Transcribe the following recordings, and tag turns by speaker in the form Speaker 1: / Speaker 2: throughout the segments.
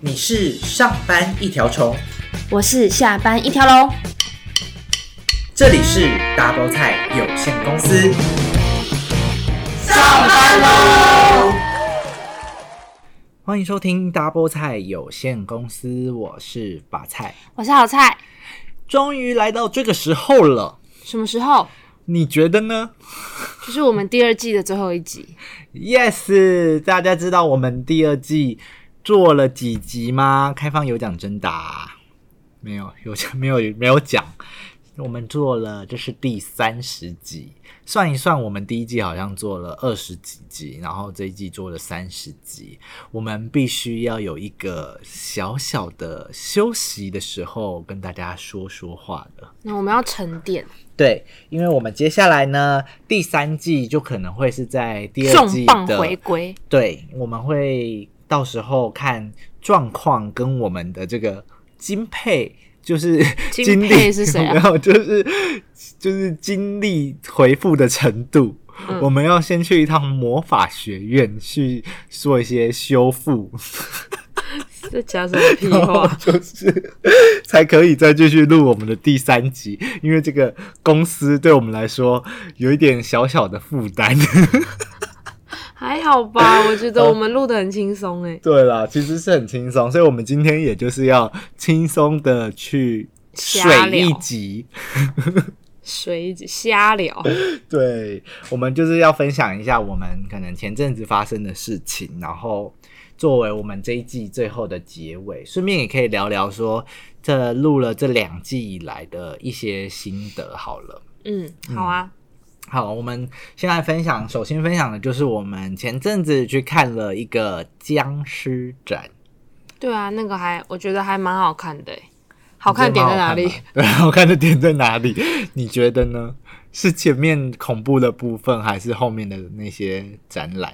Speaker 1: 你是上班一条虫，
Speaker 2: 我是下班一条龙。
Speaker 1: 这里是 Double 菜有限公司。
Speaker 3: 上班喽！
Speaker 1: 欢迎收听 Double 菜有限公司，我是把菜。
Speaker 2: 我是好菜，
Speaker 1: 终于来到这个时候了，
Speaker 2: 什么时候？
Speaker 1: 你觉得呢
Speaker 2: 就是我们第二季的最后一集。
Speaker 1: ？Yes，大家知道我们第二季做了几集吗？开放有奖征答，没有有奖 没有没有奖，我们做了这是第三十集，算一算我们第一季好像做了二十几集，然后这一季做了三十集，我们必须要有一个小小的休息的时候跟大家说说话的。
Speaker 2: 那我们要沉淀，
Speaker 1: 对，因为我们接下来呢，第三季就可能会是在第二
Speaker 2: 重
Speaker 1: 季
Speaker 2: 磅
Speaker 1: 的，
Speaker 2: 回归。
Speaker 1: 对，我们会到时候看状况跟我们的这个金配，就是
Speaker 2: 金
Speaker 1: 经历
Speaker 2: 配 是谁啊
Speaker 1: 然后就是就是精力回复的程度。
Speaker 2: 嗯
Speaker 1: 我们要先去一趟魔法学院去做一些修复，
Speaker 2: 这讲什么屁
Speaker 1: 然后？就是才可以再继续录我们的第三集，因为这个公司对我们来说有一点小小的负担。
Speaker 2: 还好吧，我觉得我们录的很轻松哎。
Speaker 1: 对啦，其实是很轻松，所以我们今天也就是要轻松的去
Speaker 2: 瞎
Speaker 1: 水
Speaker 2: 聊
Speaker 1: 一集。
Speaker 2: 水一集瞎聊，
Speaker 1: 对，我们就是要分享一下我们可能前阵子发生的事情，然后作为我们这一季最后的结尾，顺便也可以聊聊说这录了这两季以来的一些心得。好了。
Speaker 2: 嗯，好啊，
Speaker 1: 好，我们现在分享，首先分享的就是我们前阵子去看了一个僵尸展，
Speaker 2: 对啊，那个还我觉得还蛮好看的哎。好看的点在哪里？
Speaker 1: 对， 好看的点在哪里？你觉得呢？是前面恐怖的部分，还是后面的那些展览？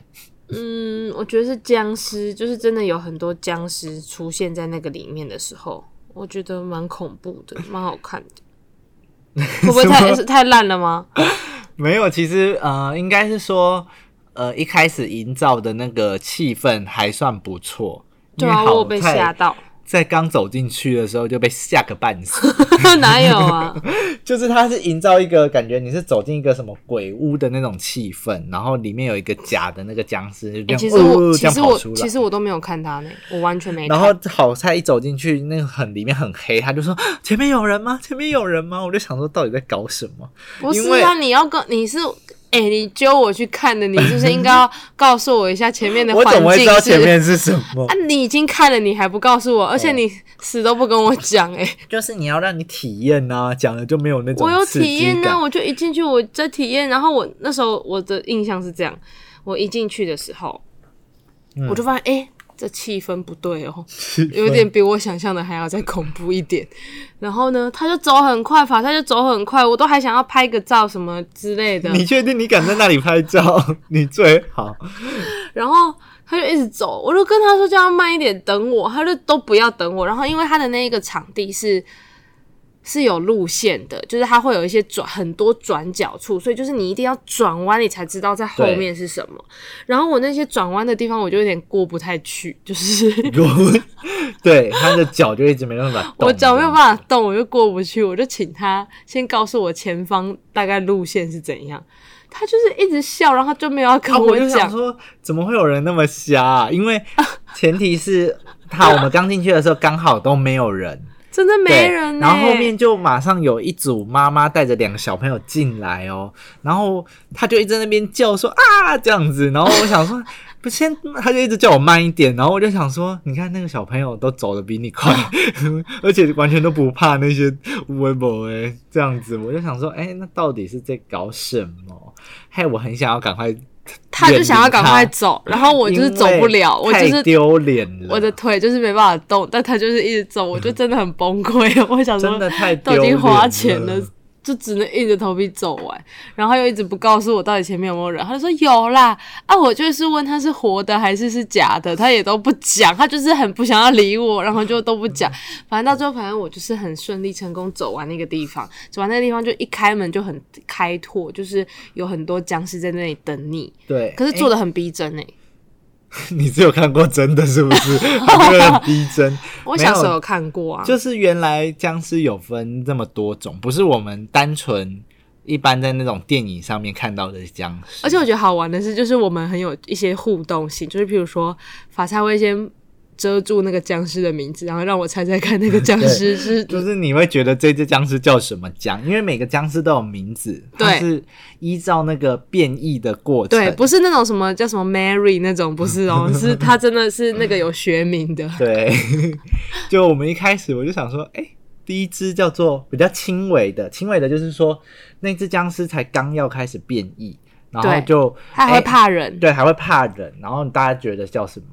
Speaker 2: 嗯，我觉得是僵尸，就是真的有很多僵尸出现在那个里面的时候，我觉得蛮恐怖的，蛮好看的。会不会太是太烂了吗？
Speaker 1: 没有，其实呃，应该是说，呃，一开始营造的那个气氛还算不错。
Speaker 2: 对啊，
Speaker 1: 因为好
Speaker 2: 我有被
Speaker 1: 菜
Speaker 2: 吓，到，
Speaker 1: 在刚走进去的时候就被吓个半死。
Speaker 2: 哪有啊？
Speaker 1: 就是它是营造一个感觉你是走进一个什么鬼屋的那种气氛，然后里面有一个假的那个僵尸， 就这
Speaker 2: 欸
Speaker 1: 样、
Speaker 2: 其实我
Speaker 1: 呃
Speaker 2: 其
Speaker 1: 这样
Speaker 2: 实
Speaker 1: 跑
Speaker 2: 我
Speaker 1: 出
Speaker 2: 其
Speaker 1: 来。
Speaker 2: 实我都没有看他呢，我完全没
Speaker 1: 然
Speaker 2: 看。
Speaker 1: 后好菜一走进去，那个很里面很黑，他就说 前面有人吗？前面有人吗？我就想说到底在搞什么？
Speaker 2: 不是
Speaker 1: 因为
Speaker 2: 啊，你要跟你是哎、你揪我去看的，你是不是应 该要告诉我一下前面的
Speaker 1: 我
Speaker 2: 环
Speaker 1: 怎么会
Speaker 2: 境
Speaker 1: 知道
Speaker 2: 是？
Speaker 1: 前面是什么
Speaker 2: 啊？，你已经看了，你还不告诉我，而且
Speaker 1: 哦
Speaker 2: 你死都不跟我讲哎、
Speaker 1: 就是你要让你体验啊，讲了就没有那种
Speaker 2: 我有
Speaker 1: 刺激
Speaker 2: 体验呢、啊
Speaker 1: 感
Speaker 2: 我就一进去我在体验，然后我那时候我的印象是这样，我一进去的时候，
Speaker 1: 嗯
Speaker 2: 我就发现哎、诶这气氛不对哦， 有点比我想象的还要再恐怖一点。然后呢，他就走很快，法赛就走很快，我都还想要拍个照什么之类的。
Speaker 1: 你确定你敢在那里拍照？ 你最好。
Speaker 2: 然后他就一直走，我就跟他说叫他慢一点等我，他就都不要等我。然后因为他的那一个场地是是有路线的，就是它会有一些转很多转角处，所以就是你一定要转弯，你才知道在后
Speaker 1: 对
Speaker 2: 面是什么。然后我那些转弯的地方，我就有点过不太去，就是
Speaker 1: 对，他的脚就一直没办法动。
Speaker 2: 我脚没有
Speaker 1: 法。
Speaker 2: 办法动，我就过不去，我就请他先告诉我前方大概路线是怎样。他就是一直笑，然后就没有要跟
Speaker 1: 啊，我就
Speaker 2: 讲
Speaker 1: 想。说，怎么会有人那么瞎、啊？因 为前提是，他我们刚进去的时候刚好都没有人，
Speaker 2: 真的
Speaker 1: 对
Speaker 2: 没人、欸呢。
Speaker 1: 然后后面就马上有一组妈妈带着两个小朋友进来哦，然后他就一直在那边叫说啊这样子，然后我想说。不先，他就一直叫我慢一点，然后我就想说，你看那个小朋友都走的比你 快， 而且完全都不怕那些微博哎，这样子，我就想说，哎、那到底是在搞什么？害我很想要赶快
Speaker 2: 他就想要赶快
Speaker 1: 远离他
Speaker 2: 走，然后我就是走不了，
Speaker 1: 因
Speaker 2: 我
Speaker 1: 为
Speaker 2: 就
Speaker 1: 太
Speaker 2: 是
Speaker 1: 丢脸了，
Speaker 2: 我的腿就是没办法动，但他就是一直走，我就真的很崩溃。我想说
Speaker 1: 真的太
Speaker 2: 都
Speaker 1: 丢
Speaker 2: 已
Speaker 1: 脸
Speaker 2: 经花钱了，就只能硬着头皮走完，然后又一直不告诉我到底前面有没有人，他就说有啦，啊，我就是问他是活的还是是假的，他也都不讲，他就是很不想要理我，然后就都不 讲，反正到最后，反正我就是很顺利成功走完那个地方，走完那个地方就一开门就很开拓，就是有很多僵尸在那里等你，
Speaker 1: 对，
Speaker 2: 可是做的很逼真哎、
Speaker 1: 诶 你只有看过真的是不 是？这个很逼真。
Speaker 2: 我小时候有看过啊，
Speaker 1: 就是原来僵尸有分这么多种，不是我们单纯一般在那种电影上面看到的僵尸。
Speaker 2: 而且我觉得好玩的是，就是我们很有一些互动性，就是譬如说法菜会先遮住那个僵尸的名字，然后让我猜猜看 那个僵尸是
Speaker 1: 就是你会觉得这只僵尸叫什么僵，因为每个僵尸都有名字，它
Speaker 2: 对
Speaker 1: 是依照那个变异的过程。
Speaker 2: 对，不是那种什么叫什么 Mary 那种，不 是哦，是他真的是那个有学名的。
Speaker 1: 对， 就我们一开始我就想说，哎、第一只叫做比较轻微的，轻微的就是说那只僵尸才刚要开始变异，然后
Speaker 2: 对
Speaker 1: 就哎
Speaker 2: 他还
Speaker 1: 诶
Speaker 2: 会怕人，
Speaker 1: 对，还会怕人。然后大家觉得叫什么？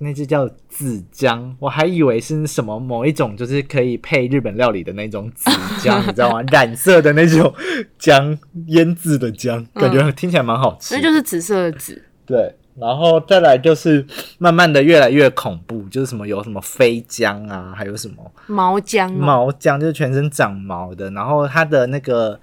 Speaker 1: 那只叫紫姜，我还以为是什么某一种，就是可以配日本料理的那种紫姜，你知 道吗？染色的那种姜，腌制的姜，感觉听起来蛮好吃
Speaker 2: 嗯
Speaker 1: 的。
Speaker 2: 那就是紫色的紫。
Speaker 1: 对，然后再来就是慢慢的越来越恐怖，就是什么有什么飞姜啊，还有什么
Speaker 2: 毛浆哦，
Speaker 1: 毛姜，就是全身长毛的，然后它的那个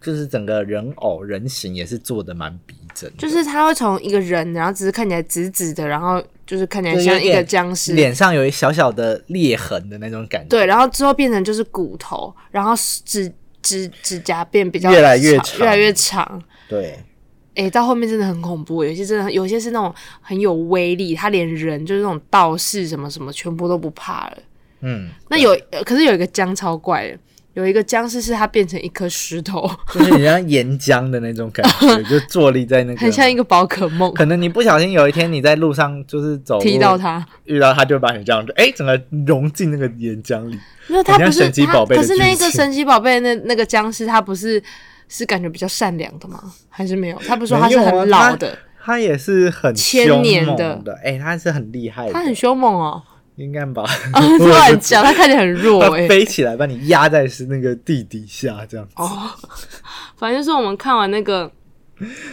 Speaker 1: 就是整个人偶人形也是做的蛮逼真的，
Speaker 2: 就是他会从一个人，然后只是看起来直直的，然后就是看起来
Speaker 1: 就有
Speaker 2: 像一个
Speaker 1: 点
Speaker 2: 僵尸，
Speaker 1: 脸上有一小小的裂痕的那种感觉，
Speaker 2: 对，，然后之后变成就是骨头，然后指指指甲变比较
Speaker 1: 越来越
Speaker 2: 越来
Speaker 1: 长
Speaker 2: 越长。
Speaker 1: 对
Speaker 2: 诶，到后面真的很恐怖，有些真的很，有些是那种很有威力，他连人就是那种道士什么什么，全部都不怕了。
Speaker 1: 嗯，
Speaker 2: 那有，呃可是有一个僵超怪的，有一个僵尸是它变成一颗石头，
Speaker 1: 就是很像岩浆的那种感觉，就坐立在那个，
Speaker 2: 很像一个宝可梦，
Speaker 1: 可能你不小心有一天你在路上就是走路
Speaker 2: 踢到它。
Speaker 1: 遇到它就把你这样子，哎，整个融进那个岩浆里。
Speaker 2: 没有，它
Speaker 1: 像
Speaker 2: 不是
Speaker 1: 神奇
Speaker 2: 它，
Speaker 1: 宝贝
Speaker 2: 可
Speaker 1: 的
Speaker 2: 是
Speaker 1: 剧
Speaker 2: 那个
Speaker 1: 情
Speaker 2: 神奇宝贝那那个僵尸，它不是是感觉比较善良的吗？还是没有？他不是说它
Speaker 1: 没
Speaker 2: 是
Speaker 1: 有啊
Speaker 2: 很老的，
Speaker 1: 它，它也是很
Speaker 2: 千
Speaker 1: 凶
Speaker 2: 年
Speaker 1: 猛
Speaker 2: 的
Speaker 1: 的，哎、它是很厉害的，
Speaker 2: 它很凶猛哦、
Speaker 1: 应该吧？
Speaker 2: 啊，乱讲，它看起来很弱
Speaker 1: 它
Speaker 2: 哎、
Speaker 1: 飞起来把你压在是那个地底下这样子。
Speaker 2: 哦，反正就是我们看完那个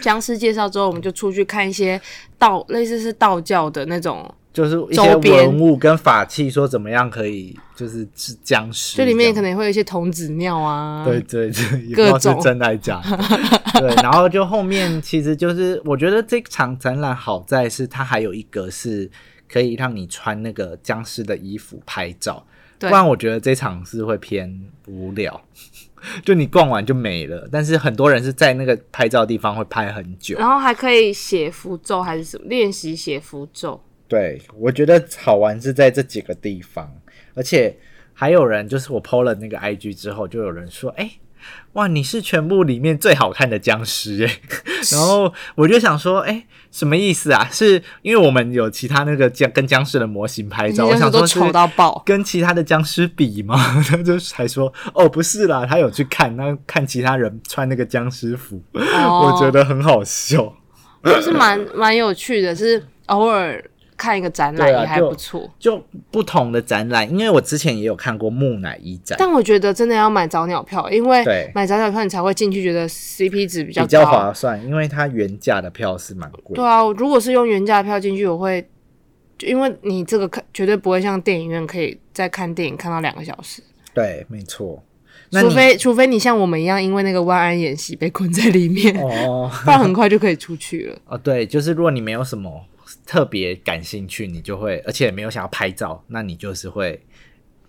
Speaker 2: 僵尸介绍之后，我们就出去看一些道类似是道教的那种，
Speaker 1: 就是一些
Speaker 2: 周边
Speaker 1: 文物跟法器，说怎么样可以就是治僵尸这样，
Speaker 2: 就里面可能会有一些童子尿啊，
Speaker 1: 对对对， 也不
Speaker 2: 各
Speaker 1: 知道是
Speaker 2: 种
Speaker 1: 真还假的。 对，然后就后面其实就是，我觉得这场展览好在是它还有一个是可以让你穿那个僵尸的衣服拍照，不
Speaker 2: 对
Speaker 1: 然我觉得这场是会偏无聊。 就你逛完就没了，但是很多人是在那个拍照的地方会拍很久。
Speaker 2: 然后还可以写符咒还是什么，练习写符咒。
Speaker 1: 对，我觉得好玩是在这几个地方，而且还有人就是我 PO 了那个 IG 之后，就有人说，哎、哇，你是全部里面最好看的僵尸哎、 然后我就想说，哎、什么意思啊？是因为我们有其他那个僵跟僵尸的模型拍照，我
Speaker 2: 那些
Speaker 1: 想
Speaker 2: 僵尸
Speaker 1: 说
Speaker 2: 都
Speaker 1: 是
Speaker 2: 丑到爆。
Speaker 1: 跟其他的僵尸比吗？ 他就还说，哦，不是啦，他有去看，那看其他人穿那个僵尸服，
Speaker 2: 哦
Speaker 1: 我觉得很好笑。
Speaker 2: 就是蛮蛮有趣的，是偶尔看一个展览
Speaker 1: 对啊
Speaker 2: 也还
Speaker 1: 就
Speaker 2: 不错。
Speaker 1: 就不同的展览，因为我之前也有看过木乃伊展，
Speaker 2: 但我觉得真的要买早鸟票，因为
Speaker 1: 对
Speaker 2: 买早鸟票你才会进去，觉得 CP 值比较
Speaker 1: 比
Speaker 2: 高。
Speaker 1: 较划算，因为它原价的票是蛮贵
Speaker 2: 对。啊，我如果是用原价票进去，我会，就因为你这个看绝对不会像电影院可以再看电影看到两个小时，
Speaker 1: 对，没错。那
Speaker 2: 除
Speaker 1: 你
Speaker 2: 非除非你像我们一样，因为那个万安演习被困在里面，
Speaker 1: 哦
Speaker 2: 不然很快就可以出去了。
Speaker 1: 哦，对，就是如果你没有什么特别感兴趣，你就会，而且没有想要拍照，那你就是会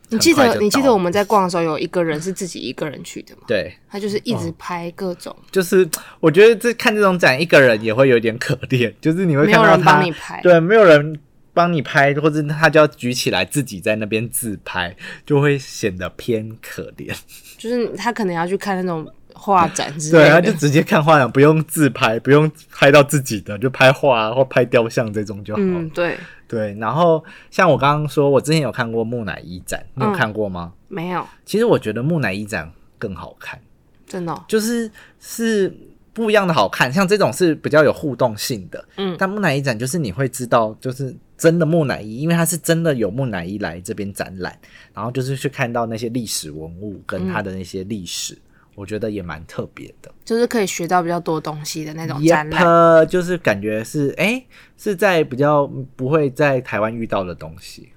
Speaker 2: 你 记
Speaker 1: 很快
Speaker 2: 得
Speaker 1: 就
Speaker 2: 你记
Speaker 1: 到
Speaker 2: 得我们在逛的时候，有一个人是自己一个人去的吗？
Speaker 1: 对。
Speaker 2: 他就是一
Speaker 1: 哦
Speaker 2: 直拍各种。
Speaker 1: 就是我觉得这看这种展，一个人也会有点可怜， 就是你会
Speaker 2: 没
Speaker 1: 看
Speaker 2: 有
Speaker 1: 到
Speaker 2: 人
Speaker 1: 他，
Speaker 2: 帮你拍
Speaker 1: 对，没有人帮你拍，或者他就要举起来自己在那边自拍，就会显得偏可怜。
Speaker 2: 就是他可能要去看那种画展之类
Speaker 1: 对，他
Speaker 2: 的，
Speaker 1: 就哦直接看画展，不用自拍，不用拍到自己的，就拍画啊或拍雕像这种就好。
Speaker 2: 嗯，对，
Speaker 1: 对，然后像我刚刚说，我之前有看过木乃伊展，你有
Speaker 2: 嗯
Speaker 1: 看过吗？
Speaker 2: 没有，
Speaker 1: 其实我觉得木乃伊展更好看，
Speaker 2: 真的哦、
Speaker 1: 就是是不一样的好看，像这种是比较有互动性的。
Speaker 2: 嗯，
Speaker 1: 但木乃伊展就是你会知道，就是真的木乃伊，因为它是真的有木乃伊
Speaker 2: 嗯
Speaker 1: 来这边展览，然后就是去看到那些历史文物跟它的那些历史。我觉得也蛮特别的。
Speaker 2: 就是可以学到比较多东西的那种展 览。
Speaker 1: Yep，就是感觉是哎、诶是在比较不会在台湾遇到的东西。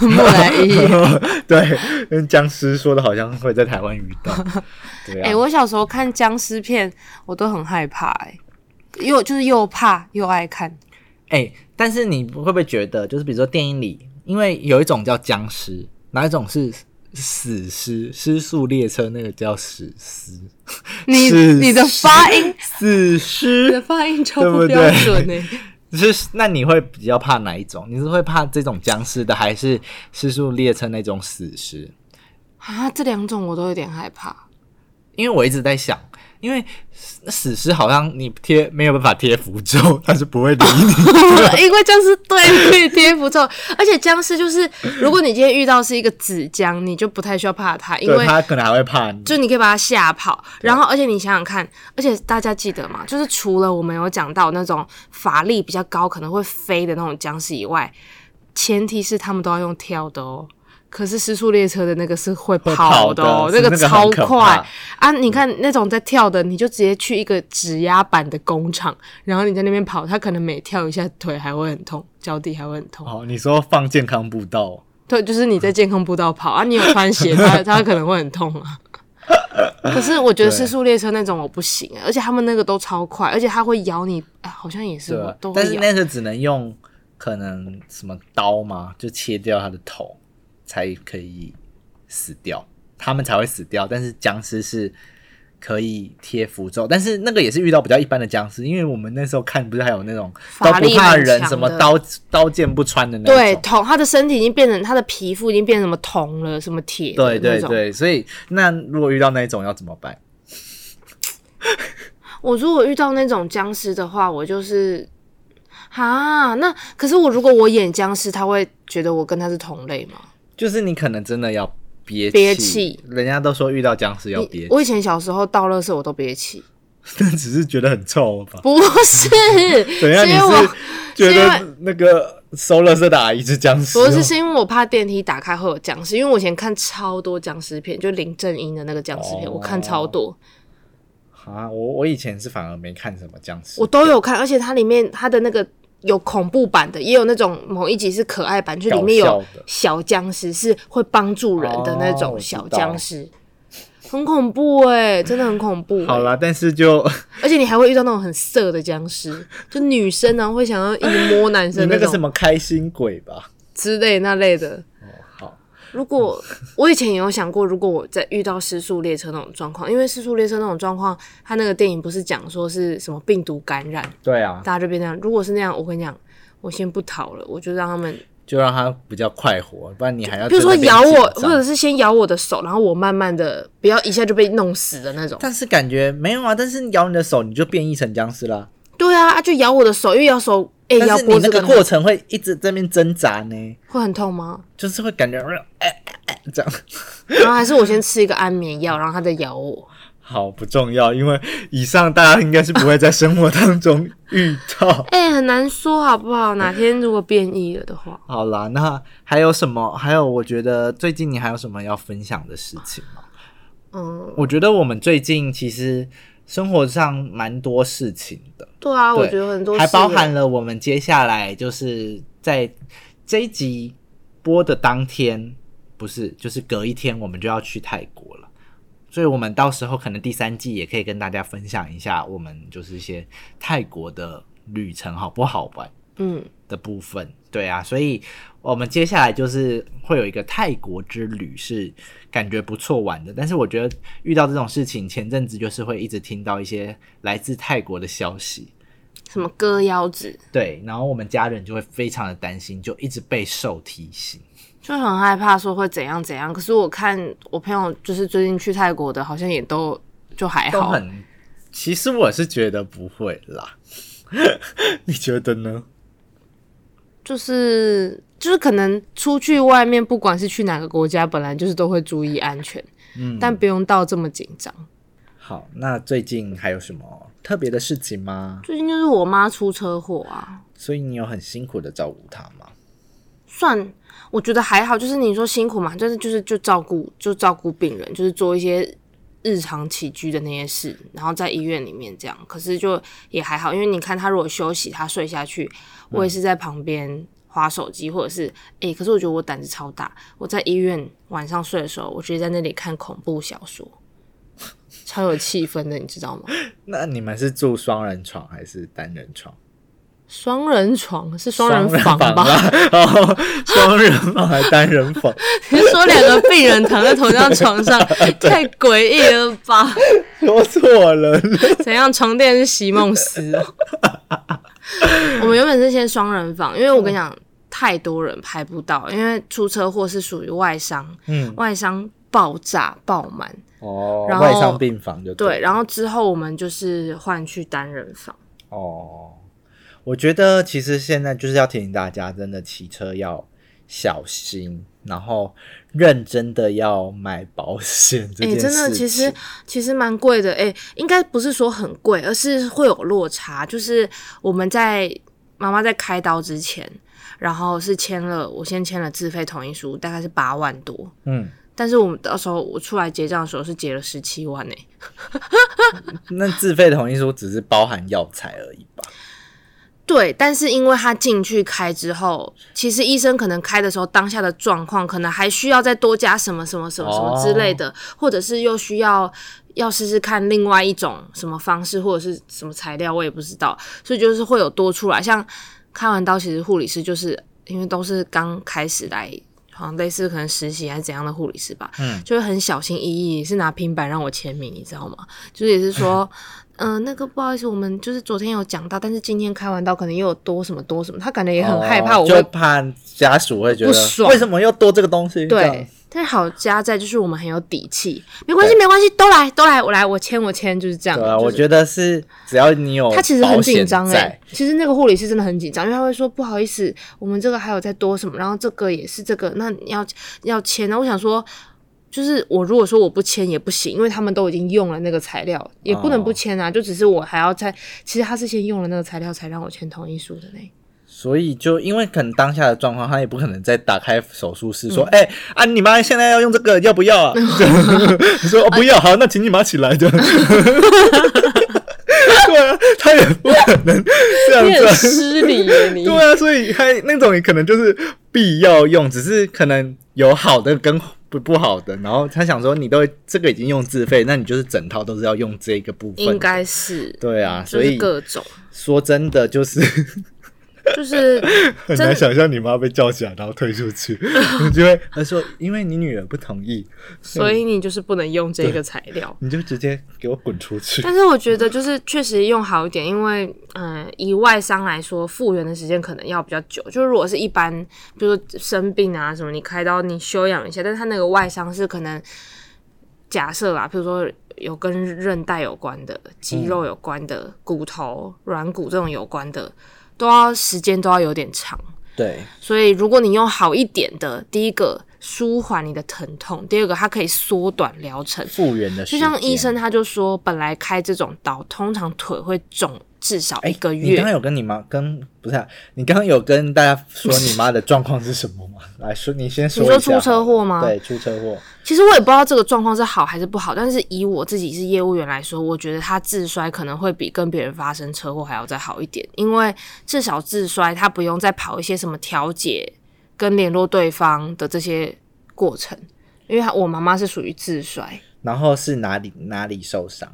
Speaker 2: 木乃伊，
Speaker 1: 对，跟僵尸说的好像会在台湾遇 到。对啊，
Speaker 2: 哎、我小时候看僵尸片，我都很害怕、欸，又就是又怕又爱看。
Speaker 1: 哎、但是你会不会觉得，就是比如说电影里，因为有一种叫僵尸，哪一种是死尸？失速列车那个叫死尸，
Speaker 2: 你
Speaker 1: 是
Speaker 2: 你的发音，
Speaker 1: 死
Speaker 2: 你的
Speaker 1: 尸
Speaker 2: 发音超不标准欸呢、
Speaker 1: 对是那你会比较怕哪一种？你是会怕这种僵尸的，还是失速列车那种死尸？
Speaker 2: 啊，这两种我都有点害怕。
Speaker 1: 因为我一直在想，因为死死尸好像你贴没有办法贴符咒，它是不会理你。
Speaker 2: 因为僵尸对对贴符咒，而且僵尸就是，如果你今天遇到是一个纸僵，你就不太需要怕它，因
Speaker 1: 对，
Speaker 2: 为
Speaker 1: 他可能还会怕你。
Speaker 2: 就你可以把它吓跑，然后而且你想想看，而且大家记得嘛，就是除了我们有讲到那种法力比较高可能会飞的那种僵尸以外，前提是他们都要用跳的哦。可是时速列车的那个是会跑的哦，
Speaker 1: 会跑的是
Speaker 2: 那
Speaker 1: 那个
Speaker 2: 超
Speaker 1: 很可
Speaker 2: 快
Speaker 1: 怕
Speaker 2: 啊！你看那种在跳的，你就直接去一个指压板的工厂，然后你在那边跑，他可能每跳一下腿还会很痛，脚底还会很痛。
Speaker 1: 哦，你说放健康步道，哦
Speaker 2: 对，就是你在健康步道跑啊，你有穿鞋，它它可能会很痛啊。可是我觉得
Speaker 1: 对
Speaker 2: 失速列车那种我不行、欸而且他们那个都超快，而且它会咬你，啊、好像也是
Speaker 1: 对
Speaker 2: 我
Speaker 1: 吧
Speaker 2: 都？会
Speaker 1: 但是
Speaker 2: 咬。
Speaker 1: 那个只能用可能什么刀嘛，就切掉他的头才可以死掉，他们才会死掉。但是僵尸是可以贴符咒，但是那个也是遇到比较一般的僵尸，因为我们那时候看不是还有那种
Speaker 2: 法
Speaker 1: 刀不
Speaker 2: 力
Speaker 1: 怕
Speaker 2: 很
Speaker 1: 人，
Speaker 2: 强
Speaker 1: 什么
Speaker 2: 的
Speaker 1: 刀刀剑不穿的那种。
Speaker 2: 对，铜，它的身体已经变成它的皮肤已经变成什么铜了，什么铁的
Speaker 1: 对对
Speaker 2: 那种
Speaker 1: 对，所以那如果遇到那一种要怎么办？
Speaker 2: 我如果遇到那种僵尸的话，我就是啊，那可是我如果我演僵尸，他会觉得我跟他是同类吗？
Speaker 1: 就是你可能真的要憋
Speaker 2: 憋气
Speaker 1: 气，人家都说遇到僵尸要憋
Speaker 2: 你
Speaker 1: 气，
Speaker 2: 我以前小时候倒垃圾我都憋气，
Speaker 1: 但 只是觉得很臭吧？
Speaker 2: 不 是，
Speaker 1: 怎样？
Speaker 2: 是
Speaker 1: 你
Speaker 2: 因为我
Speaker 1: 是觉
Speaker 2: 是因为
Speaker 1: 得那个收垃圾的阿姨是僵尸、
Speaker 2: 不
Speaker 1: 哦？
Speaker 2: 是，是因为我怕电梯打开会有僵尸，因为我以前看超多僵尸片，就林正英的那个僵尸片，
Speaker 1: 哦
Speaker 2: 我看超多，
Speaker 1: 啊，我我以前是反而没看什么僵尸，
Speaker 2: 我都有看，而且它里面它的那个有恐怖版的，也有那种某一集是可爱版，就里面
Speaker 1: 搞
Speaker 2: 有
Speaker 1: 笑的
Speaker 2: 小僵尸是会帮助人的那
Speaker 1: 哦
Speaker 2: 种
Speaker 1: 我知
Speaker 2: 小
Speaker 1: 道
Speaker 2: 僵尸。很恐怖哎、真的很恐怖、
Speaker 1: 好，啦，但是 就
Speaker 2: 而且你还会遇到那种很色的僵尸，就女生呢、会想要一摸男
Speaker 1: 你
Speaker 2: 生
Speaker 1: 那个什
Speaker 2: 种
Speaker 1: 么开心鬼吧？
Speaker 2: 之类那类的。
Speaker 1: 哦，好，
Speaker 2: 如果我以前也有想过，如果我在遇到失速列车那种状况，因为失速列车那种状况，它那个电影不是讲说是什么病毒感染，
Speaker 1: 对啊，
Speaker 2: 大家就变那样。如果是那样，我跟你讲，我先不逃了，我就让他们，
Speaker 1: 就让他比较快活，不然你还要
Speaker 2: 比如说
Speaker 1: 在那边
Speaker 2: 咬我，
Speaker 1: 紧
Speaker 2: 或
Speaker 1: 张
Speaker 2: 者是先咬我的手，然后我慢慢的不要一下就被弄死的 那种。
Speaker 1: 但是感觉没有啊，但是咬你的手你就变异成僵尸啦。
Speaker 2: 对啊，啊就咬我的手，因为咬手，哎、
Speaker 1: 但
Speaker 2: 咬
Speaker 1: 是你
Speaker 2: 脖
Speaker 1: 那
Speaker 2: 子可
Speaker 1: 个
Speaker 2: 能
Speaker 1: 过程会一直在那边挣扎呢，
Speaker 2: 会很痛吗？
Speaker 1: 就是会感觉呃呃呃这样。
Speaker 2: 然后还是我先吃一个安眠药，然后它再咬 我。
Speaker 1: 好，不重要，因为以上大家应该是不会在生活当中 遇到。
Speaker 2: 哎、很难说好不好？哪天如果变异了的话。
Speaker 1: 好啦，那还有什么？还有，我觉得最近你还有什么要分享的事情吗？
Speaker 2: 嗯，
Speaker 1: 我觉得我们最近其实生活上蛮多事情的，
Speaker 2: 对啊，我
Speaker 1: 对
Speaker 2: 觉得很多
Speaker 1: 还
Speaker 2: 事
Speaker 1: 包
Speaker 2: 人
Speaker 1: 含了我们接下来就是在这一集播的当天，不是，就是隔一天我们就要去泰国了。所以，我们到时候可能第三季也可以跟大家分享一下我们就是一些泰国的旅程好不好玩
Speaker 2: 嗯，
Speaker 1: 的部分。对啊，所以我们接下来就是会有一个泰国之旅，是感觉不错玩的。但是我觉得遇到这种事情，前阵子就是会一直听到一些来自泰国的消息，
Speaker 2: 什么割腰子，
Speaker 1: 对，然后我们家人就会非常的担心，就一直备受提醒。
Speaker 2: 就很害怕说会怎样怎样。可是我看我朋友就是最近去泰国的，好像也都就还
Speaker 1: 都
Speaker 2: 好。
Speaker 1: 很，其实我是觉得不会啦， 你觉得呢？
Speaker 2: 就是就是可能出去外面，不管是去哪个国家，本来就是都会注意安全，
Speaker 1: 嗯，
Speaker 2: 但不用到这么紧张。
Speaker 1: 好，那最近还有什么特别的事情吗？
Speaker 2: 最近就是我妈出车祸啊，
Speaker 1: 所以你有很辛苦的照顾他吗？
Speaker 2: 算我觉得还好，就是你说辛苦嘛，但是就是就照顾就照顾病人，就是做一些日常起居的那些事，然后在医院里面这样，可是就也还好，因为你看他如果休息，他睡下去，我也是在旁边划手机，或者是诶、可是我觉得我胆子超大，我在医院晚上睡的时候，我直接在那里看恐怖小说，超有气氛的，你知道吗？
Speaker 1: 那你们是住双人床还是单人床？
Speaker 2: 双人床是双人房
Speaker 1: 吧
Speaker 2: 吧？？
Speaker 1: 哦，双人房还是单人房？
Speaker 2: 你 说两个病人躺在同一张床 上，太诡异了吧？
Speaker 1: 说错了，
Speaker 2: 怎样？床垫是席梦思哦。 我们原本是先双人房，因为我跟你讲，太多人排不到，因为出车祸是属于外伤，
Speaker 1: 嗯，
Speaker 2: 外伤爆炸爆满。
Speaker 1: 哦，
Speaker 2: 然后
Speaker 1: 外伤病房就
Speaker 2: 对，
Speaker 1: 了
Speaker 2: 然后之后我们就是换去单人房。
Speaker 1: 哦，我觉得其实现在就是要提醒大家，真的骑车要小心，然后认真的要买保险这
Speaker 2: 哎、
Speaker 1: 件事情。
Speaker 2: 真的，其实其实蛮贵的。哎、应该不是说很贵，而是会有落差。就是我们在妈妈在开刀之前，然后是签了，我先签了自费同意书，大概是八万多。
Speaker 1: 嗯，
Speaker 2: 但是我们到时候我出来结账的时候是结了十七万欸呢、
Speaker 1: 那自费同意书只是包含药材而已吧？
Speaker 2: 对，但是因为他进去开之后，其实医生可能开的时候当下的状况，可能还需要再多加什么什么什么什么之类的，或者是又需要要试试看另外一种什么方式或者是什么材料，我也不知道，所以就是会有多出来。像开完刀，其实护理师就是因为都是刚开始来。好像类似可能实习还是怎样的护理师吧，
Speaker 1: 嗯
Speaker 2: 就会很小心翼翼，是拿平板让我签名，你知道吗？就是也 是说，嗯、那个不好意思，我们就是昨天有讲到，但是今天开完刀可能又有多什么多什么，他感觉也很害怕
Speaker 1: 哦
Speaker 2: 我会、
Speaker 1: 就怕家属会觉
Speaker 2: 不
Speaker 1: 得
Speaker 2: 爽
Speaker 1: 为什么又多这个东西？这样
Speaker 2: 对。但是好家在就是我们很有底气，没关系没关系，都来都来，我来我签我签，就是这样。
Speaker 1: 对啊，
Speaker 2: 就是
Speaker 1: 我觉得是只要你有
Speaker 2: 他其实很紧张哎、
Speaker 1: 哎，
Speaker 2: 其实那个护理师真的很紧张，因为他会说不好意思，我们这个还有再多什么，然后这个也是这个，那你要要签呢？我想说，就是我如果说我不签也不行，因为他们都已经用了那个材料，也不能不签
Speaker 1: 哦
Speaker 2: 啊，就只是我还要再，其实他是先用了那个材料才让我签同意书的呢。
Speaker 1: 所以就因为可能当下的状况，他也不可能再打开手术
Speaker 2: 嗯
Speaker 1: 室说，哎、啊，你妈现在要用这个，要不要啊？ 你说哦不要，好，那请你妈起来的。对啊，他也不可能这样子啊。
Speaker 2: 失礼耶 你
Speaker 1: 对啊，所以他那种也可能就是必要用，只是可能有好的跟不不好的，然后他想说你都这个已经用自费，那你就是整套都是要用这个部分的。
Speaker 2: 应该是
Speaker 1: 对啊，
Speaker 2: 就
Speaker 1: 所
Speaker 2: 是
Speaker 1: 以
Speaker 2: 各种，
Speaker 1: 说真的就是
Speaker 2: 就是
Speaker 1: 很
Speaker 2: 真
Speaker 1: 难想象你妈被叫起来然后推出 去，你就会他说因为你女儿不同意，
Speaker 2: 所以你就是不能用这个材料。
Speaker 1: 你就直接给我滚出去。
Speaker 2: 但是我觉得就是确实用好一点，因为嗯、呃以外伤来说，复原的时间可能要比较久。就是如果是一般，比如说生病啊什么，你开刀你休养一下，但是他那个外伤是可能假设啦，比如说有跟韧带有关的、肌肉有关的、骨头、软骨这种有关的，都要时间都要有点长。
Speaker 1: 对，
Speaker 2: 所以如果你用好一点的，第一个舒缓你的疼痛，第二个它可以缩短疗程，
Speaker 1: 复原的
Speaker 2: 就像医生他就说，本来开这种刀，通常腿会肿至少一个
Speaker 1: 哎你
Speaker 2: 月。
Speaker 1: 刚刚有跟你妈跟不是、啊、你刚刚有跟大家说你妈的状况是什么吗？来说你先说一
Speaker 2: 你
Speaker 1: 下。
Speaker 2: 说出车祸吗
Speaker 1: 对，出车祸。
Speaker 2: 其实我也不知道这个状况是好还是不好，但是以我自己是业务员来说，我觉得他自摔可能会比跟别人发生车祸还要再好一点，因为至少自摔他不用再跑一些什么调解跟联络对方的这些过程，因为他我妈妈是属于自摔，
Speaker 1: 然后是哪里哪里受伤？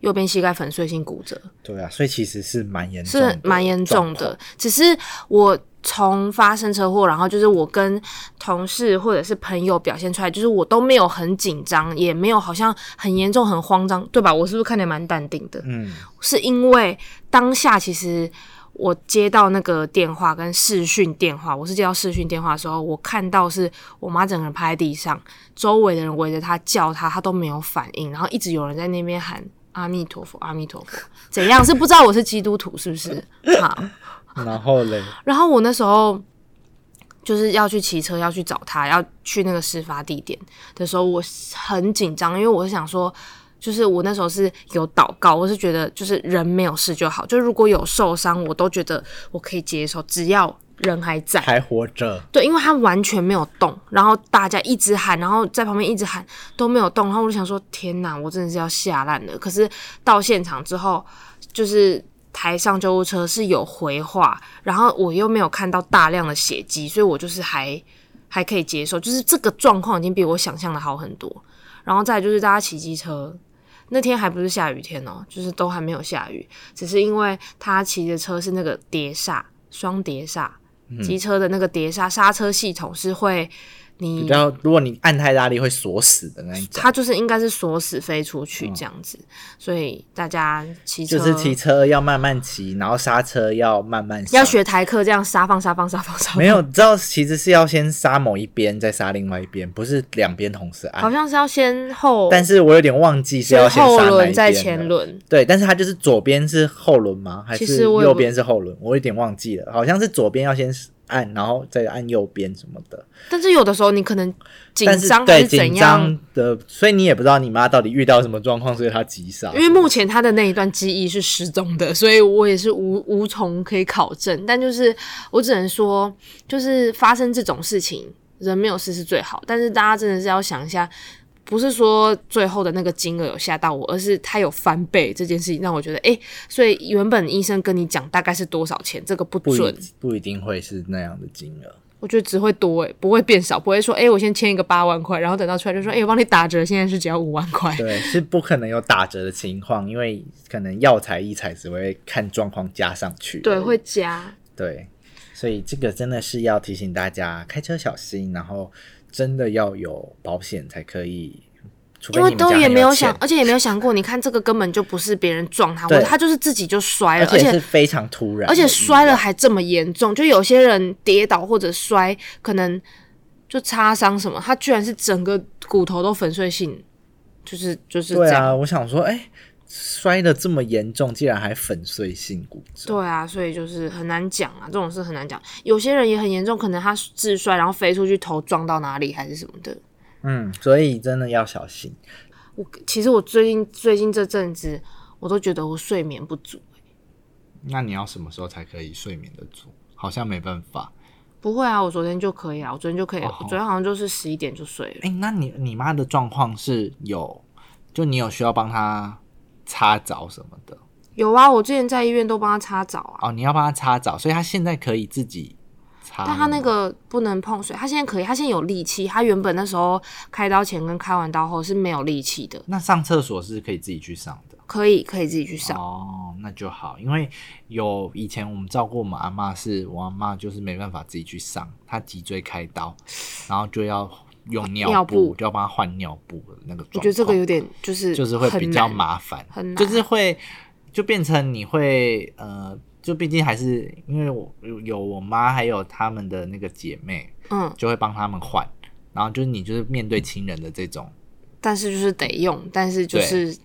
Speaker 2: 右边膝盖粉碎性骨折。
Speaker 1: 对啊，所以其实是蛮严重的
Speaker 2: 是蛮严
Speaker 1: 状
Speaker 2: 重的。只是我从发生车祸，然后就是我跟同事或者是朋友表现出来，就是我都没有很紧张，也没有好像很严重、很慌张，对吧？我是不是看起来蛮淡定的？
Speaker 1: 况。嗯，
Speaker 2: 是因为当下其实我接到那个电话跟视讯电话，我是接到视讯电话的时候，我看到是我妈整个人趴在地上，周围的人围着她叫她，她都没有反应，然后一直有人在那边喊阿弥陀佛，阿弥陀佛，怎样？是不知道我是基督徒是不是？好，
Speaker 1: 然后嘞，
Speaker 2: 然后我那时候就是要去骑车，要去找他，要去那个事发地点的时候，我很紧张，因为我想说，就是我那时候是有祷告，我是觉得就是人没有事就好，就如果有受伤，我都觉得我可以接受，只要人还在，
Speaker 1: 还活着，
Speaker 2: 对，因为他完全没有动，然后大家一直喊，然后在旁边一直喊都没有动，然后我就想说，天哪，我真的是要吓烂了。可是到现场之后，就是台上救护车是有回话，然后我又没有看到大量的血迹，所以我就是还还可以接受，就是这个状况已经比我想象的好很多。然后再来就是大家骑机车。那天还不是下雨天哦，就是都还没有下雨，只是因为他骑的车是那个碟刹，双碟刹，
Speaker 1: 嗯
Speaker 2: 机车的那个碟刹刹车系统是会
Speaker 1: 比
Speaker 2: 你
Speaker 1: 较如果你按太大力会锁死的那一种，
Speaker 2: 它就是应该是锁死飞出去这样子，所以大家骑
Speaker 1: 嗯
Speaker 2: 车
Speaker 1: 就是骑车要慢慢骑，然后刹车要慢慢刹
Speaker 2: 要学台客这样刹放刹放刹放刹放，
Speaker 1: 没有，知道其实是要先杀某一边，再杀另外一边，不是两边同时
Speaker 2: 好
Speaker 1: 按。
Speaker 2: 像是要先后，
Speaker 1: 啊但是我有点忘记是要先
Speaker 2: 后
Speaker 1: 杀哪一
Speaker 2: 轮
Speaker 1: 边
Speaker 2: 再
Speaker 1: 了
Speaker 2: 前。轮，
Speaker 1: 对，但是它就是左边是后轮吗？还
Speaker 2: 其
Speaker 1: 是
Speaker 2: 实我也
Speaker 1: 右
Speaker 2: 不
Speaker 1: 边是后轮？我有点忘记了，好像是左边要先按，然后再按右边什么的。
Speaker 2: 但是有的时候你可能紧
Speaker 1: 但是
Speaker 2: 张还
Speaker 1: 对
Speaker 2: 是
Speaker 1: 紧
Speaker 2: 怎样。
Speaker 1: 张的，所以你也不知道你妈到底遇到什么状况，所以她急刹。
Speaker 2: 因为目前他的那一段记忆是失踪的，所以我也是无无从可以考证。但就是我只能说，就是发生这种事情，人没有事是最好。但是大家真的是要想一下，不是说最后的那个金额有吓到我，而是它有翻倍这件事情让我觉得，哎、所以原本医生跟你讲大概是多少钱，这个不
Speaker 1: 不
Speaker 2: 准
Speaker 1: 一，不一定会是那样的金额。
Speaker 2: 我觉得只会多、哎，不会变少，不会说，哎、我先签一个八万块，然后等到出来就说，哎、我帮你打折，现在是只要五万块。
Speaker 1: 对，是不可能有打折的情况，因为可能药材、医材只会看状况加上去。
Speaker 2: 对，会加。
Speaker 1: 对，所以这个真的是要提醒大家开车小心，然后真的要有保险才可以，除非
Speaker 2: 因为
Speaker 1: 你们
Speaker 2: 都
Speaker 1: 家
Speaker 2: 也
Speaker 1: 很
Speaker 2: 没
Speaker 1: 有
Speaker 2: 想，
Speaker 1: 钱
Speaker 2: 而且也没有想过，你看这个根本就不是别人撞他，
Speaker 1: 对
Speaker 2: 或者他就是自己就摔了，而
Speaker 1: 而且是
Speaker 2: 且
Speaker 1: 非常突然的
Speaker 2: 而
Speaker 1: 意外，
Speaker 2: 且摔了还这么严重，就有些人跌倒或者摔，可能就擦伤什么，他居然是整个骨头都粉碎性，就是就是这
Speaker 1: 对
Speaker 2: 样，
Speaker 1: 啊，我想说，哎、摔的这么严重，竟然还粉碎性骨折，
Speaker 2: 对啊，所以就是很难讲啊，这种事很难讲。有些人也很严重，可能他自摔然后飞出去，头撞到哪里还是什么的。
Speaker 1: 嗯，所以真的要小心。
Speaker 2: 我其实我最近最近这阵子，我都觉得我睡眠不足。
Speaker 1: 那你要什么时候才可以睡眠的足？好像没办法。
Speaker 2: 不会啊，我昨天就可以啊，我昨天就可以，
Speaker 1: 哦
Speaker 2: 我昨天好像就是十一点就睡了。
Speaker 1: 哎、那你你妈的状况是有，就你有需要帮她擦澡什么的
Speaker 2: 有啊，我之前在医院都帮他擦澡啊，
Speaker 1: 哦，你要帮她擦澡，所以她现在可以自己擦。
Speaker 2: 但他那个不能碰水，他现在可以，他现在有力气。他原本那时候开刀前跟开完刀后是没有力气的，
Speaker 1: 那上厕所是可以自己去上的
Speaker 2: 可以可以自己去上。
Speaker 1: 哦，那就好，因为有以前我们照顾我们阿嬷是我阿嬷就是没办法自己去上，她脊椎开刀，然后就要用尿布，
Speaker 2: 尿布
Speaker 1: 就要帮她换尿布的那个状况。
Speaker 2: 我觉得这个有点就是
Speaker 1: 就是会比较
Speaker 2: 很难，
Speaker 1: 麻烦，
Speaker 2: 很难
Speaker 1: 就是会就变成你会呃，就毕竟还是因为我有有我妈还有她们的那个姐妹，
Speaker 2: 嗯，
Speaker 1: 就会帮她们换，然后就是你就是面对亲人的这种，
Speaker 2: 但是就是得用，但是就是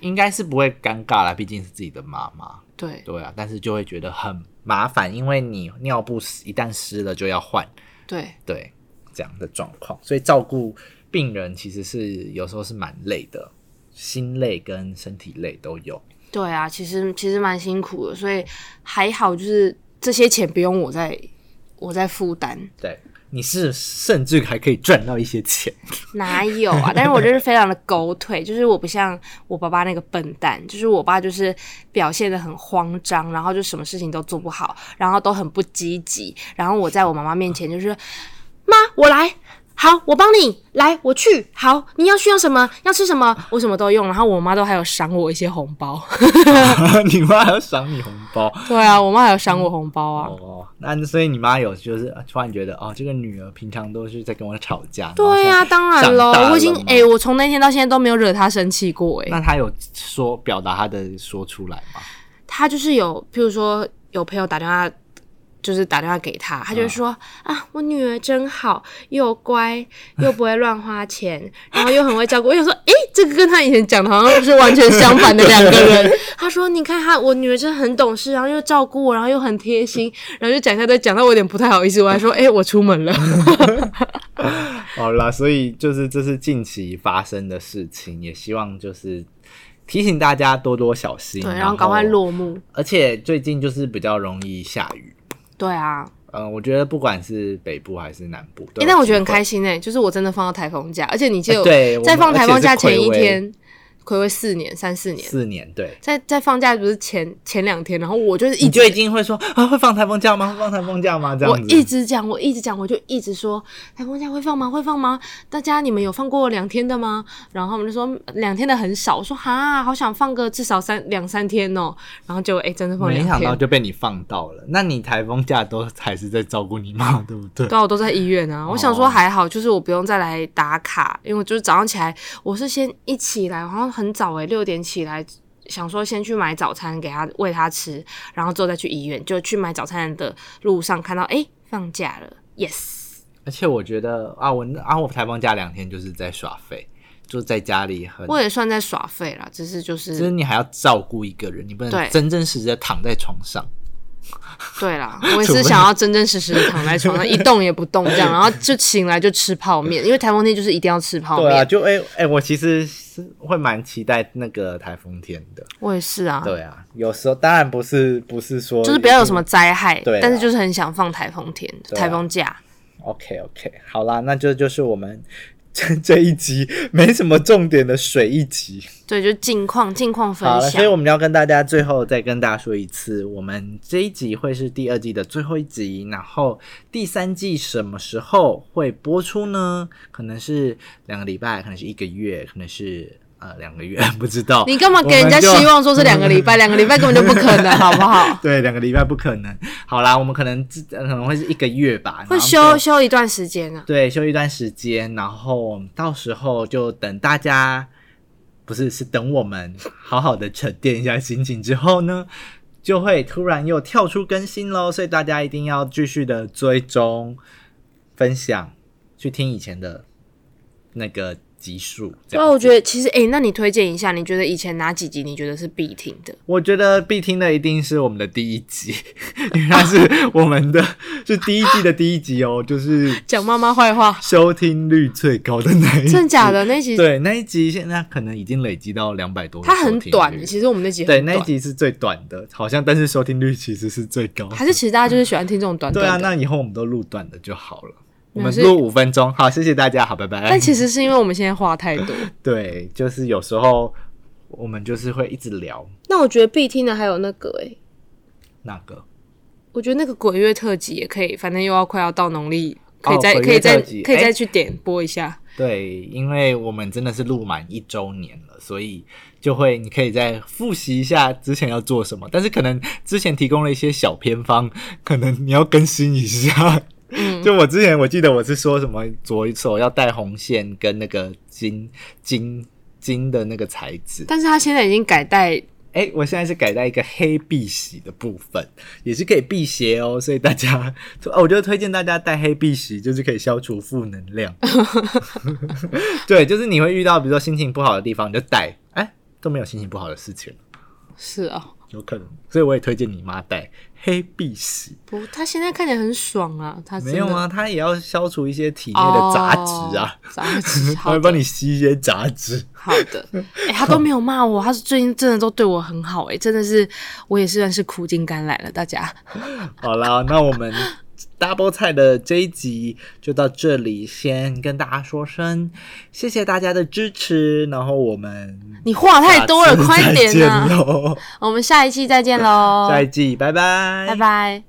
Speaker 1: 应该是不会尴尬啦，毕竟是自己的妈妈，
Speaker 2: 对
Speaker 1: 对啊，但是就会觉得很麻烦，因为你尿布一旦湿了就要换，
Speaker 2: 对
Speaker 1: 对这样的状况，所以照顾病人其实是有时候是蛮累的，心累跟身体累都有。
Speaker 2: 对啊，其实其实蛮辛苦的，所以还好就是这些钱不用我在我在负担。
Speaker 1: 对，你是甚至还可以赚到一些 钱。
Speaker 2: 哪有啊？ 但是我就是非常的狗腿，就是我不像我爸爸那个笨蛋，就是我爸就是表现的很慌张，然后就什么事情都做不好，然后都很不积极，然后我在我妈妈面前就是妈，我来。好，我帮你来，我去。好，你要需要什么，要吃什么，我什么都用。然后我妈都还有赏我一些红包。
Speaker 1: 你妈还要赏你红包
Speaker 2: 对啊，我妈还有赏我红包啊。
Speaker 1: 哦，那所以你妈有就是突然觉得哦，这个女儿平常都是在跟我吵架。
Speaker 2: 对啊呀、
Speaker 1: 呀、
Speaker 2: 当然
Speaker 1: 长
Speaker 2: 喽
Speaker 1: 大，了
Speaker 2: 我已经
Speaker 1: 嘛
Speaker 2: 哎、我从那天到现在都没有惹她生气过哎、
Speaker 1: 那她有说表达她的说出来吗？
Speaker 2: 他就是有，譬如说有朋友打电话，就是打电话给他，他就会说、啊，我女儿真好，又乖，又不会乱花 钱，然后又很会照顾。我想说，诶、这个跟他以前讲的好像是完全相反的两个 人。他说，你看他，我女儿真的很懂事，然后又照顾我，然后又很贴心，然后就讲一下，再讲到我有点不太好意思，我还说，诶、我 出门了。
Speaker 1: 好啦，所以哦就是这是近期发生的事情，也希望就是提醒大家多多小心，
Speaker 2: 对，然后赶快落幕。
Speaker 1: 而且最近就是比较容易下雨，
Speaker 2: 对啊，
Speaker 1: 呃，我觉得不管是北部还是南部，都
Speaker 2: 哎、
Speaker 1: 有
Speaker 2: 但我觉得很
Speaker 1: 机会
Speaker 2: 开心哎、就是我真的放到台风假，而且你就
Speaker 1: 啊哎对我
Speaker 2: 在
Speaker 1: 们
Speaker 2: 放
Speaker 1: 而且
Speaker 2: 台风
Speaker 1: 是
Speaker 2: 假前
Speaker 1: 暌
Speaker 2: 一
Speaker 1: 违
Speaker 2: 天，暌违四年、三四年，
Speaker 1: 四年对。
Speaker 2: 在在放假不是前前两天，然后我就是一
Speaker 1: 你
Speaker 2: 直
Speaker 1: 就已经会说啊，会放台风假吗？会放台风假吗？这
Speaker 2: 我
Speaker 1: 样子，
Speaker 2: 一直讲，我一直讲，我就一直说台风假会放吗？会放吗？大家你们有放过两天的吗？然后他们就说两天的很少。我说哈，好想放个至少三两三天哦。然后就哎、真的放
Speaker 1: 没
Speaker 2: 两
Speaker 1: 想到
Speaker 2: 天，
Speaker 1: 就被你放到了。那你台风假都还是在照顾你妈， 对不对？
Speaker 2: 对啊，我都在医院啊。我想说
Speaker 1: 哦
Speaker 2: 还好，就是我不用再来打卡，因为我就是早上起来，我是先一起来，好像很早哎、六点起来。想说先去买早餐给他喂他吃，然后之后再去医院。就去买早餐的路上看到，哎、放假了，yes，
Speaker 1: 而且我觉得啊，我啊，我台风假两天就是在耍废，就在家里很，
Speaker 2: 我也算在耍废啦，只是就是
Speaker 1: 就是你还要照顾一个人，你不
Speaker 2: 对
Speaker 1: 能真真实实的躺在床上。
Speaker 2: 对 啦，我也
Speaker 1: 除
Speaker 2: 是
Speaker 1: 非
Speaker 2: 想要真真实实的躺在床上一动也不动这样，然后就醒来就吃泡面，因为台风天就是一定要吃泡
Speaker 1: 对
Speaker 2: 面。
Speaker 1: 啊，就哎哎、我其实是会蛮期待那个台风天的。
Speaker 2: 我也是啊，
Speaker 1: 对啊，有时候当然不是不是说
Speaker 2: 就是不要有什么灾害，
Speaker 1: 对啊
Speaker 2: 但是就是很想放台风天、
Speaker 1: 对啊
Speaker 2: 台风假。
Speaker 1: OK OK，好啦，那这就是我们 这这一集没什么重点的水一集。
Speaker 2: 对，就近况近况分
Speaker 1: 好了，所以
Speaker 2: 享。
Speaker 1: 我们要跟大家最后再跟大家说一次，我们这一集会是第二季的最后一集，然后第三季什么时候会播出呢？可能是两个礼拜，可能是一个月，可能是呃两个月， 不知道。
Speaker 2: 你干嘛给人家
Speaker 1: 我们就
Speaker 2: 希望说是两个礼 拜？两个礼拜根本就不可能，好不好？
Speaker 1: 对，两个礼拜不可能。好啦，我们可能自呃可能会是一个月吧，
Speaker 2: 会
Speaker 1: 然后
Speaker 2: 休休一段时间啊。
Speaker 1: 对，休一段时间，然后到时候就等大家，不是是等我们好好的沉淀一下心情之后呢，就会突然又跳出更新喽，所以大家一定要继续的追踪、分享，去听以前的那个集数。这
Speaker 2: 对啊，
Speaker 1: 样
Speaker 2: 我
Speaker 1: 子
Speaker 2: 觉得其实，哎、那你推荐一下，你觉得以前哪几集你觉得是必听的？
Speaker 1: 我觉得必听的一定是我们的第一集，因为它 是我们的是第一季的第一集哦，就是
Speaker 2: 讲妈妈坏话，
Speaker 1: 收听率最高的那一集。
Speaker 2: 真的假的？那集
Speaker 1: 对，那一集现在可能已经累积到两百多个
Speaker 2: 它
Speaker 1: 收听率，
Speaker 2: 很短，其实我们那集很
Speaker 1: 对那一
Speaker 2: 短
Speaker 1: 集是最短的，好像但是收听率其实是最高的。
Speaker 2: 还是其实大家就是喜欢听这种短
Speaker 1: 对啊，
Speaker 2: 短的。
Speaker 1: 那以后我们都录短的就好了。我
Speaker 2: 没
Speaker 1: 们
Speaker 2: 有是
Speaker 1: 录五分钟，好，谢谢大家，好，拜拜。
Speaker 2: 但其实是因为我们现在话太多。
Speaker 1: 对，就是有时候我们就是会一直聊
Speaker 2: 那我觉得必听的还有那个哎、
Speaker 1: 那个，
Speaker 2: 我觉得那个鬼月特辑也可以，反正又要快要到农历，可以
Speaker 1: 哦
Speaker 2: 再、
Speaker 1: 鬼
Speaker 2: 可以
Speaker 1: 月
Speaker 2: 再
Speaker 1: 特辑
Speaker 2: 可以
Speaker 1: 哎
Speaker 2: 再去点播一下。
Speaker 1: 对，因为我们真的是录满一周年了，所以就会你可以再复习一下之前要做什么，但是可能之前提供了一些小偏方，可能你要更新一下。
Speaker 2: 嗯，
Speaker 1: 就我之前我记得我是说什么左手要带红线跟那个金金金的那个材质，
Speaker 2: 但是他现在已经改带，
Speaker 1: 哎、我现在是改在一个黑碧玺的部分，也是可以辟邪哦，所以大家， 哦我就推荐大家戴黑碧玺，就是可以消除负能量。 对，就是你会遇到比如说心情不好的地方，你就戴，哎、都没有心情不好的事情，
Speaker 2: 是啊、
Speaker 1: 有可能，所以我也推荐你妈戴黑碧玺。
Speaker 2: 不，他现在看起来很爽啊，他真
Speaker 1: 没
Speaker 2: 的
Speaker 1: 有啊，它也要消除一些体内的杂质啊。
Speaker 2: 哦杂 质，
Speaker 1: 他
Speaker 2: 好
Speaker 1: 会
Speaker 2: 的
Speaker 1: 帮你吸一些杂质。
Speaker 2: 好的，哎、他都没有骂我，他是最近真的都对我很好、哎，真的是我也算是苦尽甘来了，大家。
Speaker 1: 好啦，那我们 Double 菜的这一集就到这里，先跟大家说声谢谢大家的支持，然后我们
Speaker 2: 你话太多了，
Speaker 1: 下次
Speaker 2: 快
Speaker 1: 再
Speaker 2: 点
Speaker 1: 见
Speaker 2: 啊！
Speaker 1: 咯
Speaker 2: 我们下一期再见喽，
Speaker 1: 下一季，拜拜，
Speaker 2: 拜。拜。